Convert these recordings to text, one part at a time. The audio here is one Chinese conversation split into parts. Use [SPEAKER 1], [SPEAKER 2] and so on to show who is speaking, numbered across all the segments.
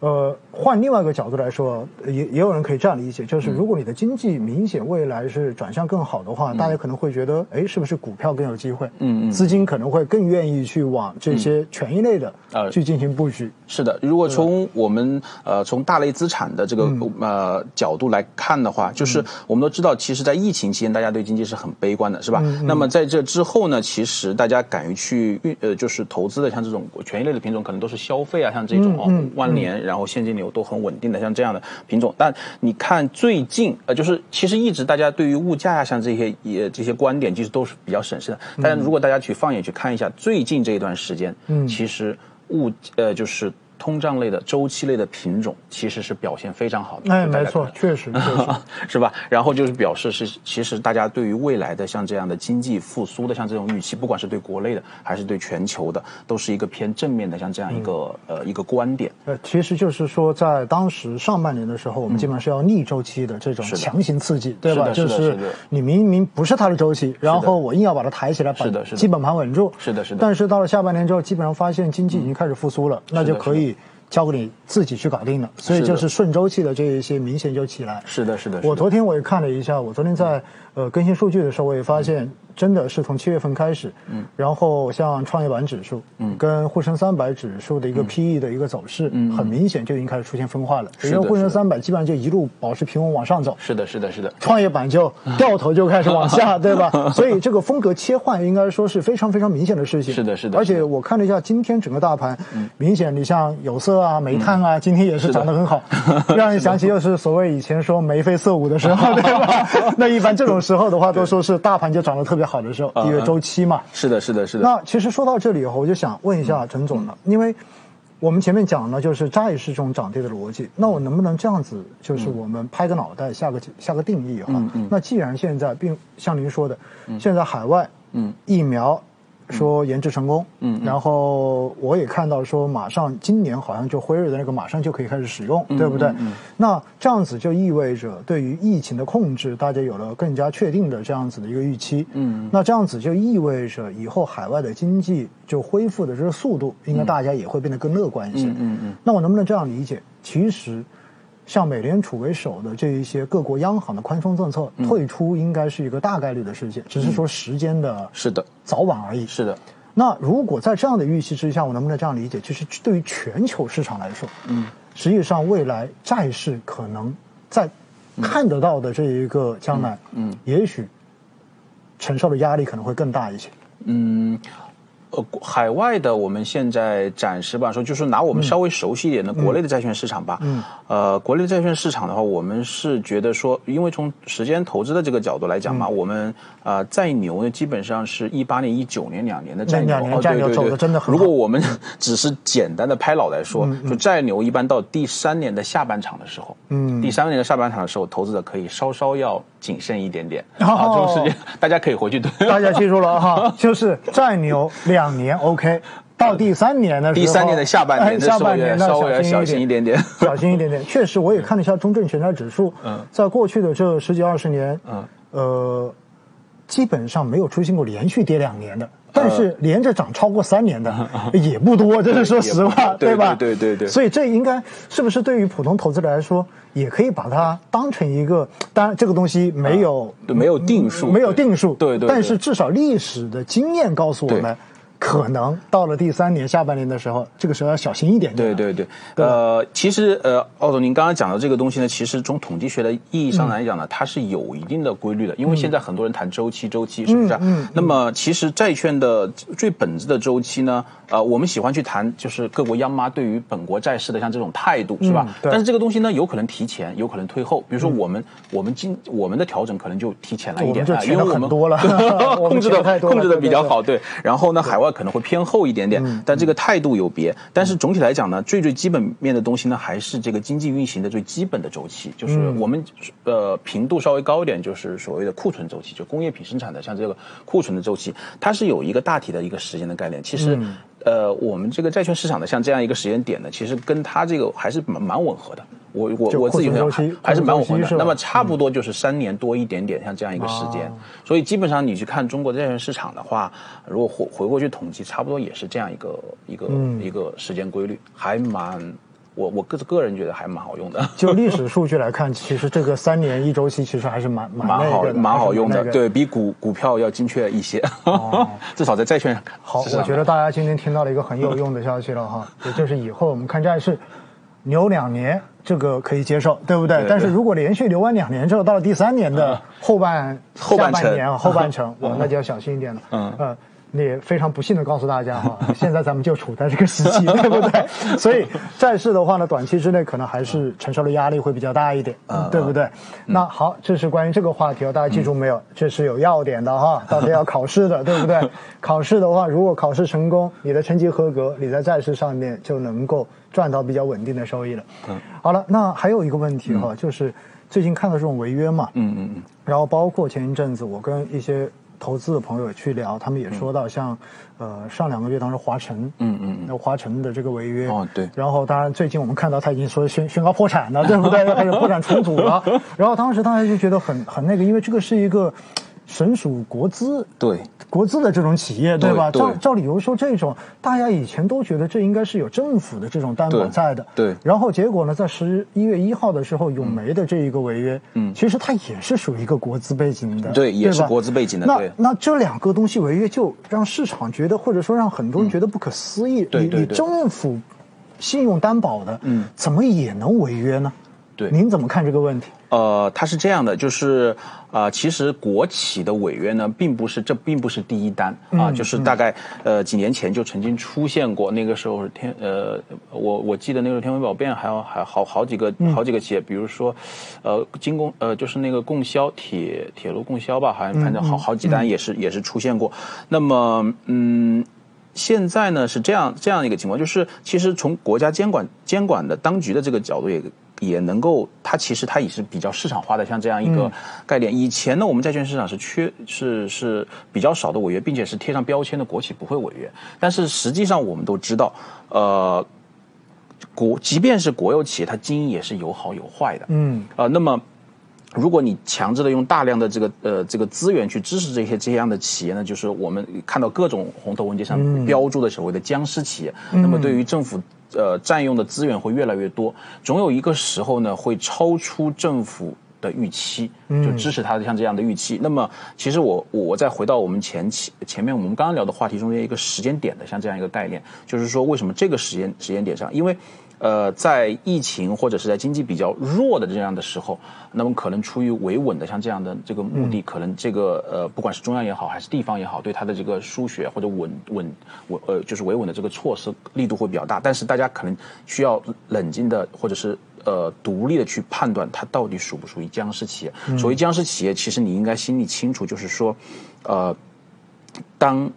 [SPEAKER 1] 呃，换另外一个角度来说，也也有人可以这样理解，就是
[SPEAKER 2] 嗯
[SPEAKER 1] 如果你的经济明显未来是转向更好的话，大家可能会觉得，哎，是不是股票更有机会？
[SPEAKER 2] 嗯嗯嗯嗯
[SPEAKER 1] 资金可能会更愿意去往这些权益类的
[SPEAKER 2] 呃
[SPEAKER 1] 去进行布局。
[SPEAKER 2] 是的，如果从我们呃从大类资产的这个、呃角度来看的话，就是我们都知道，其实，在疫情期间，大家对经济是很悲观的，是吧？那么在这之后呢，其实大家敢于去运呃就是投资的，像这种权益类的品种，可能都是消费啊，像这种哦，万联，然后现金流都很稳定的，像这样的品种。但你看最近呃，就是其实一直大家对于物价呀、像这些也这些观点，其实都是比较审慎的。
[SPEAKER 1] 嗯
[SPEAKER 2] 但如果大家去放眼去看一下最近这一段时间，嗯，其实。物呃就是通胀类的、周期类的品种，其实是表现非常好的。
[SPEAKER 1] 哎，
[SPEAKER 2] 就大
[SPEAKER 1] 没
[SPEAKER 2] 家
[SPEAKER 1] 错
[SPEAKER 2] 看，到
[SPEAKER 1] 确实确实。
[SPEAKER 2] 是吧？然后就是表示是，其实大家对于未来的像这样的经济复苏的像这种预期，不管是对国内的还是对全球的，都是一个偏正面的像这样一个、
[SPEAKER 1] 嗯
[SPEAKER 2] 呃一个观点。
[SPEAKER 1] 呃，其实就是说，在当时上半年的时候，我们基本上是要逆周期的这种
[SPEAKER 2] 嗯的
[SPEAKER 1] 强行刺激，对吧？
[SPEAKER 2] 是
[SPEAKER 1] 就
[SPEAKER 2] 的是的
[SPEAKER 1] 是
[SPEAKER 2] 是的
[SPEAKER 1] 你明明不是它的周期，然后我硬要把它抬起来，把
[SPEAKER 2] 是的是的
[SPEAKER 1] 基本盘稳住。
[SPEAKER 2] 是的是的嗯
[SPEAKER 1] 但是到了下半年之后，基本上发现经济已经开始复苏了，那
[SPEAKER 2] 是的
[SPEAKER 1] 就可以交给你自己去搞定了。所以
[SPEAKER 2] 是的
[SPEAKER 1] 就是顺周期的这一些明显就起来。
[SPEAKER 2] 是的，是的，是的
[SPEAKER 1] 我昨天我也看了一下，我昨天在呃更新数据的时候，我也发现真的是从七月份开始，嗯，然后像创业板指数，嗯，跟沪深三百指数的一个 PE 的一个走势，嗯，很明显就已经开始出现分化了，
[SPEAKER 2] 是
[SPEAKER 1] 因
[SPEAKER 2] 的
[SPEAKER 1] 为沪深
[SPEAKER 2] 是的
[SPEAKER 1] 三百基本上就一路保持平稳往上走。
[SPEAKER 2] 是的，是的，是的。
[SPEAKER 1] 创业板就
[SPEAKER 2] 啊
[SPEAKER 1] 掉头就开始往 下，对吧？所以这个风格切换应该说是非常非常明显的事情。
[SPEAKER 2] 是的是的嗯
[SPEAKER 1] 而
[SPEAKER 2] 是
[SPEAKER 1] 且我看了一下今天整个大盘，明显你像有色啊、煤炭啊，今天也
[SPEAKER 2] 嗯
[SPEAKER 1] 是涨得 很好，让人想起又是所谓以前说眉飞色舞的时候，对 吧？那一般这种时候的话，都说是大盘就涨得特别好的时
[SPEAKER 2] 啊
[SPEAKER 1] 候，因为周期嘛。
[SPEAKER 2] 是的，是的，嗯是的，
[SPEAKER 1] 那其实说到这里以后，我就想问一下陈总了，因为我们前面讲了就是债是这种涨跌的逻
[SPEAKER 2] 嗯
[SPEAKER 1] 辑，那我能不能这样子，就是我们拍个脑袋下个下个定义哈？
[SPEAKER 2] 嗯
[SPEAKER 1] 那既然现在并像您说的，现在海外
[SPEAKER 2] 嗯
[SPEAKER 1] 疫苗说研制成功，
[SPEAKER 2] 嗯嗯
[SPEAKER 1] 然后我也看到说马上今年好像就辉瑞的那个马上就可以开始使
[SPEAKER 2] 嗯
[SPEAKER 1] 用，对不对？那这样子就意味着对于疫情的控制，大家有了更加确定的这样子的一个预期，
[SPEAKER 2] 嗯嗯
[SPEAKER 1] 那这样子就意味着以后海外的经济就恢复的这个速度，应该大家也会变得更乐观一些。
[SPEAKER 2] 嗯嗯嗯
[SPEAKER 1] 那我能不能这样理解？其实，像美联储为首的这一些各国央行的宽松政策、
[SPEAKER 2] 嗯
[SPEAKER 1] 退出，应该是一个大概率的事件，只是说时间的
[SPEAKER 2] 是的，
[SPEAKER 1] 早晚而已。
[SPEAKER 2] 是的。
[SPEAKER 1] 那如果在这样的预期之下，我能不能这样理解？其实对于全球市场来说，嗯，实际上未来债市可能在看得到的这一个将来，嗯，也许承受的压力可能会更大一 些。
[SPEAKER 2] 嗯，呃，海外的我们现在暂时吧说，就是拿我们稍微熟悉一点的国内的债券市场吧。
[SPEAKER 1] 嗯，
[SPEAKER 2] 呃，国内债券市场的话，我们是觉得说，因为从时间投资的这个角度来讲嘛，
[SPEAKER 1] 嗯
[SPEAKER 2] 我们呃债牛呢，基本上是一八年、一九年两年的债牛，
[SPEAKER 1] 那两年
[SPEAKER 2] 哦
[SPEAKER 1] 债
[SPEAKER 2] 对
[SPEAKER 1] 牛
[SPEAKER 2] 对
[SPEAKER 1] 走
[SPEAKER 2] 对
[SPEAKER 1] 得真的很好
[SPEAKER 2] 如果我们 只是简单的拍脑袋说，就债牛一般到第三年的下半场的时候，
[SPEAKER 1] 嗯
[SPEAKER 2] 第三年的下半场的时候，投资者可以稍稍要谨慎一点点。
[SPEAKER 1] 哦
[SPEAKER 2] 啊，这种时间大家可以 回去对。
[SPEAKER 1] 大家记住了哈， 就是债牛两年 OK，到第三年的时候，
[SPEAKER 2] 第三年的下半年
[SPEAKER 1] 哎
[SPEAKER 2] 的时候
[SPEAKER 1] 下半年呢
[SPEAKER 2] 稍微要小心一点 点
[SPEAKER 1] 小心一点点。确实，我也看了一下中证全债指数，
[SPEAKER 2] 嗯
[SPEAKER 1] 在过去的这十几二十年，
[SPEAKER 2] 嗯，
[SPEAKER 1] 呃，基本上没有出现过连续跌两
[SPEAKER 2] 嗯
[SPEAKER 1] 年的。但是连着涨超过三年的也不多，这是说实
[SPEAKER 2] 也不
[SPEAKER 1] 话
[SPEAKER 2] 嗯 多，对
[SPEAKER 1] 吧？
[SPEAKER 2] 对对对对
[SPEAKER 1] 所以这应该是不是对于普通投资者来说，也可以把它当成一个，当然这个东西没有
[SPEAKER 2] 啊对没有定数
[SPEAKER 1] 没有定数，
[SPEAKER 2] 对对对
[SPEAKER 1] 但是至少历史的经验告诉我们
[SPEAKER 2] 对，
[SPEAKER 1] 可能到了第三年下半年的时候，这个时候要小心一点点
[SPEAKER 2] 对
[SPEAKER 1] 了。
[SPEAKER 2] 对对，呃，其实呃，奥总，您刚刚讲的这个东西呢，其实从统计学的意义
[SPEAKER 1] 嗯
[SPEAKER 2] 上来讲呢，它是有一定的规律的，因为现在很多人谈周期，周期是不是啊？
[SPEAKER 1] 嗯嗯
[SPEAKER 2] 那么其实债券的最本质的周期呢，呃，我们喜欢去谈就是各国央妈对于本国债市的像这种态度，是吧？
[SPEAKER 1] 嗯对嗯
[SPEAKER 2] 但是这个东西呢，有可能提前，有可能退后。比如说我们、我们今我们的调整可能就提前了一
[SPEAKER 1] 我们
[SPEAKER 2] 点，
[SPEAKER 1] 就
[SPEAKER 2] 啊
[SPEAKER 1] 提
[SPEAKER 2] 因为
[SPEAKER 1] 得
[SPEAKER 2] 我
[SPEAKER 1] 很
[SPEAKER 2] 们
[SPEAKER 1] 多了我们
[SPEAKER 2] 控制
[SPEAKER 1] 提得太
[SPEAKER 2] 的
[SPEAKER 1] 多了
[SPEAKER 2] 控制的比较
[SPEAKER 1] 对对对嗯
[SPEAKER 2] 好。对，然后呢，海外可能会偏厚一点点，但这个态度有别。但是总体来讲呢，最最基本面的东西呢，还是这个经济运行的最基本的周期，就是
[SPEAKER 1] 嗯
[SPEAKER 2] 我们、呃频度稍微高一点，就是所谓的库存周期，就工业品生产的像这个库存的周期，它是有一个大体的一个时间的概念。其实。
[SPEAKER 1] 嗯
[SPEAKER 2] 呃，我们这个债券市场的像这样一个时间点呢，其实跟它这个还是蛮蛮吻合的。我我
[SPEAKER 1] 就
[SPEAKER 2] 我自己
[SPEAKER 1] 库存
[SPEAKER 2] 觉得
[SPEAKER 1] 周期
[SPEAKER 2] 还还是蛮吻合
[SPEAKER 1] 库存周期是
[SPEAKER 2] 的。
[SPEAKER 1] 吧
[SPEAKER 2] 那么差不多就是三年多一点点，像这样一个时
[SPEAKER 1] 哦
[SPEAKER 2] 间。所以基本上你去看中国债券市场的话，如果
[SPEAKER 1] 嗯
[SPEAKER 2] 回回过去统计，差不多也是这样一个一个、一个时间规律，还蛮我我个个人觉得还蛮好用的。
[SPEAKER 1] 就历史数据来看，其实这个三年一周期其实还是蛮 蛮
[SPEAKER 2] 蛮
[SPEAKER 1] 那
[SPEAKER 2] 好
[SPEAKER 1] 个的
[SPEAKER 2] 蛮好用
[SPEAKER 1] 还
[SPEAKER 2] 的
[SPEAKER 1] 是，蛮那个哦
[SPEAKER 2] 对比股股票要精确一些， 至少在债券上看。
[SPEAKER 1] 好，
[SPEAKER 2] 是这
[SPEAKER 1] 我
[SPEAKER 2] 样
[SPEAKER 1] 觉得大家今天听到了一个很有用的消息了哈，也就是以后我们看债市，留两年这个可以接受，对不对？
[SPEAKER 2] 对
[SPEAKER 1] 但是
[SPEAKER 2] 对嗯
[SPEAKER 1] 如果连续留完两年之后，到了第三年的后半、
[SPEAKER 2] 后
[SPEAKER 1] 下
[SPEAKER 2] 半
[SPEAKER 1] 半
[SPEAKER 2] 程
[SPEAKER 1] 年啊后半程，我们那就要小心一点了。
[SPEAKER 2] 嗯
[SPEAKER 1] 呃，也非常不幸的告诉大家哈，现在咱们就处在这个时 期，对不对？所以债市的话呢，短期之内可能还是承受的压力会比较大一点，
[SPEAKER 2] 嗯
[SPEAKER 1] 对不对？那好，这是关于这个话题哦，大家记住没有？这是有要点的哈，到时候要考试的，对不 对？考试的话，如果考试成功，你的成绩合格，你在债市上面就能够赚到比较稳定的收益了。嗯，好了，那还有一个问题哈，就是最近看到这种违约嘛，
[SPEAKER 2] 嗯嗯嗯，
[SPEAKER 1] 然后包括前一阵子我跟一些投资的朋友去聊，他们也说到像，呃，上两个月当时华晨，
[SPEAKER 2] 嗯嗯嗯
[SPEAKER 1] 那华晨的这个违约，
[SPEAKER 2] 哦对
[SPEAKER 1] 然后当然最近我们看到他已经说宣宣告破产 了，对不对？开始破产重组了，然后当时大家就觉得很很那个，因为这个是一个省属国资，
[SPEAKER 2] 对。
[SPEAKER 1] 国资的这种企业，
[SPEAKER 2] 对
[SPEAKER 1] 吧？
[SPEAKER 2] 对
[SPEAKER 1] 照照理由说，这种大家以前都觉得这应该是有政府的这种担保
[SPEAKER 2] 对
[SPEAKER 1] 在的，
[SPEAKER 2] 对
[SPEAKER 1] 然后结果呢，在十一月一号的时候，永煤的这一个违约，嗯，其实它也是属于一个国资背景的，
[SPEAKER 2] 对也是
[SPEAKER 1] 吧
[SPEAKER 2] 国资背景的
[SPEAKER 1] 那
[SPEAKER 2] 对
[SPEAKER 1] 那这两个东西违约，就让市场觉得，或者说让很多人觉得不可思议。
[SPEAKER 2] 嗯对对
[SPEAKER 1] 你你
[SPEAKER 2] 对
[SPEAKER 1] 政府信用担保的，嗯，怎么也能违约呢？
[SPEAKER 2] 对
[SPEAKER 1] 您怎么看这个问题？
[SPEAKER 2] 呃，它是这样的，就是呃，其实国企的违约呢，并不是这并不是第一单啊，就是大概呃几年前就曾经出现过，那个时候是天呃，我我记得那个时候天文保变还有还好好几个好几个企业，比如说呃金工呃就是那个供销铁铁路供销吧，好像反正好好几单也是也是出现过，那么嗯。现在呢是这样这样一个情况，就是其实从国家监管监管的当局的这个角度也也能够，它其实它也是比较市场化的，像这样一个概念。以前呢，我们债券市场是缺是是比较少的违约，并且是贴上标签的国企不会违约。但是实际上我们都知道，呃，国即便是国有企业，它经营也是有好有坏的。
[SPEAKER 1] 嗯，
[SPEAKER 2] 呃，那么如果你强制的用大量的这个呃这个资源去支持这些这样的企业呢，就是我们看到各种红头文件上标注的所谓的僵尸企业，那么对于政府。呃，占用的资源会越来越多，总有一个时候呢，会超出政府的预期，就支持它的像这样的预期。那么，其实我我我再回到我们前期前面我们刚刚聊的话题中间一个时间点的像这样一个概念，就是说为什么这个时间时间点上，因为呃，在疫情或者是在经济比较弱的这样的时候，那么可能出于维稳的像这样的这个目的，可能这个呃，不管是中央也好，还是地方也好，对它的这个输血或者稳稳稳呃，就是维稳的这个措施力度会比较大。但是大家可能需要冷静的，或者是呃独立的去判断它到底属不属于僵尸企业。所谓僵尸企业，其实你应该心里清楚，就是说，呃，当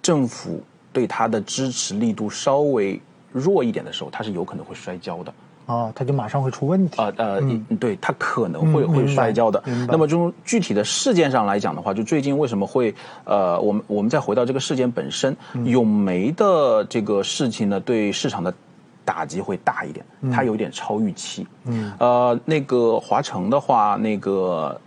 [SPEAKER 2] 政府对它的支持力度稍微弱一点的时候，它是有可能会摔跤的。
[SPEAKER 1] 啊，它就马上会出问题。
[SPEAKER 2] 呃呃，对，它可能会、
[SPEAKER 1] 嗯
[SPEAKER 2] 会
[SPEAKER 1] 明白
[SPEAKER 2] 摔跤的
[SPEAKER 1] 明白。
[SPEAKER 2] 那么从具体的事件上来讲的话，就最近为什么会呃，我们我们再回到这个事件本身，
[SPEAKER 1] 嗯
[SPEAKER 2] 咏梅的这个事情呢，对市场的打击会大一点，
[SPEAKER 1] 嗯
[SPEAKER 2] 它有点超预期。嗯，呃，那个华城的话，那个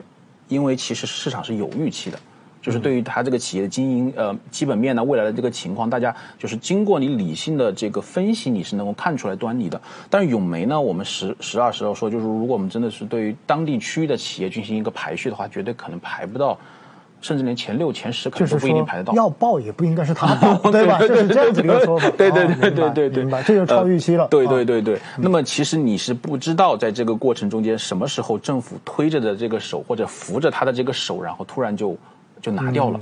[SPEAKER 2] 因为其实市场是有预期的。就是
[SPEAKER 1] 嗯
[SPEAKER 2] 对于它这个企业的经营，呃，基本面呢，未来的这个情况，大家就是经过你理性的这个分析，你是能够看出来端倪的。但是咏煤呢，我们实实二实二说，就是如果我们真的是对于当地区域的企业进行一个排序的话，绝对可能排不到，甚至连前六、前十可
[SPEAKER 1] 就
[SPEAKER 2] 能
[SPEAKER 1] 是
[SPEAKER 2] 都不一定
[SPEAKER 1] 说
[SPEAKER 2] 排得到。
[SPEAKER 1] 要报也不应该是他 报， 对吧？就是这样子一个说法。
[SPEAKER 2] 对对
[SPEAKER 1] 啊
[SPEAKER 2] 对对对对，
[SPEAKER 1] 明白，这就超预期了。
[SPEAKER 2] 呃对对
[SPEAKER 1] 啊，
[SPEAKER 2] 对对。那么其实你是不知道，在这个过程中间，什么时候政府推着的这个手或者扶着他的这个手，然后突然就就拿掉
[SPEAKER 1] 嗯
[SPEAKER 2] 了。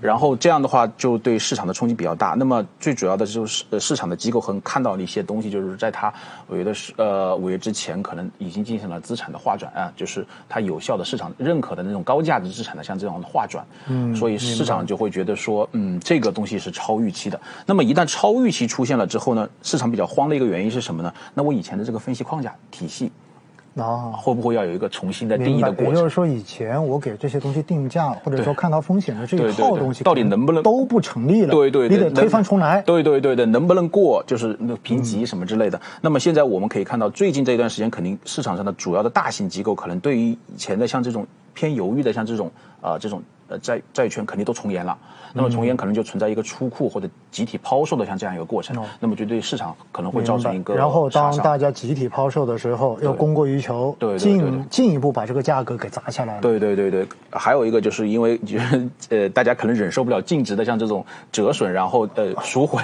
[SPEAKER 2] 然后这样的话，就对市场的冲击比较大。那么最主要的就是呃市场的机构很看到的一些东西，就是在它违约的时呃违约之前，可能已经进行了资产的划转啊，就是它有效的市场认可的那种高价值资产的，像这种的划转。嗯，所以市场就会觉得说，嗯，这个东西是超预期的。那么一旦超预期出现了之后呢，市场比较慌的一个原因是什么呢？那我以前的这个分析框架体系
[SPEAKER 1] 啊，
[SPEAKER 2] 会不会要有一个重新的定
[SPEAKER 1] 明
[SPEAKER 2] 义
[SPEAKER 1] 白
[SPEAKER 2] 的。过
[SPEAKER 1] 也就
[SPEAKER 2] 程
[SPEAKER 1] 是？说，以前我给这些东西定价，或者说
[SPEAKER 2] 对
[SPEAKER 1] 看到风险的这一
[SPEAKER 2] 对对
[SPEAKER 1] 套
[SPEAKER 2] 对
[SPEAKER 1] 东西，
[SPEAKER 2] 到底能不能
[SPEAKER 1] 都不成立了？
[SPEAKER 2] 对对对，
[SPEAKER 1] 你得
[SPEAKER 2] 能
[SPEAKER 1] 推翻重来。
[SPEAKER 2] 对对对对，能不能过就是那个评级什么之类的。那么现在我们可以看到，最近这一段时间，肯定市场上的主要的大型机构可能对于以前的像这种偏犹豫的，像这种啊、呃这种呃债债券肯定都重演了，那么重
[SPEAKER 1] 嗯
[SPEAKER 2] 演可能就存在一个出库或者集体抛售的像这样一个过程，那么就对市场可能会造成一个
[SPEAKER 1] 嗯然后当
[SPEAKER 2] 杀伤
[SPEAKER 1] 大家集体抛售的时候，又供过于求，
[SPEAKER 2] 对对对对
[SPEAKER 1] 进进一步把这个价格给砸下来了。
[SPEAKER 2] 对对对对，还有一个就是因为就是呃，大家可能忍受不了净值的像这种折损，然后呃赎回。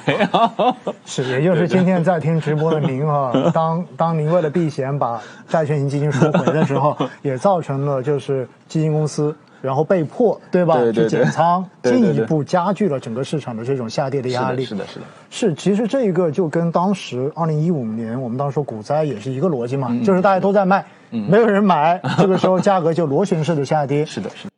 [SPEAKER 1] 是，也就是今天在听直播的您 啊，当当您为了避嫌把债券型基金赎回的时 候，也造成了就是基金公司。然后被迫，对吧？
[SPEAKER 2] 对对
[SPEAKER 1] 去
[SPEAKER 2] 对
[SPEAKER 1] 减仓，
[SPEAKER 2] 对对对
[SPEAKER 1] 进一步加剧了整个市场的这种下跌的压力。
[SPEAKER 2] 是的，是的，
[SPEAKER 1] 是，其实这一个就跟当时二零一五年我们当时说股灾也是一
[SPEAKER 2] 嗯
[SPEAKER 1] 个逻辑嘛，就是大家都在卖，没有人买，这个时候价格就螺旋式的下跌。
[SPEAKER 2] 是的，是的，是的。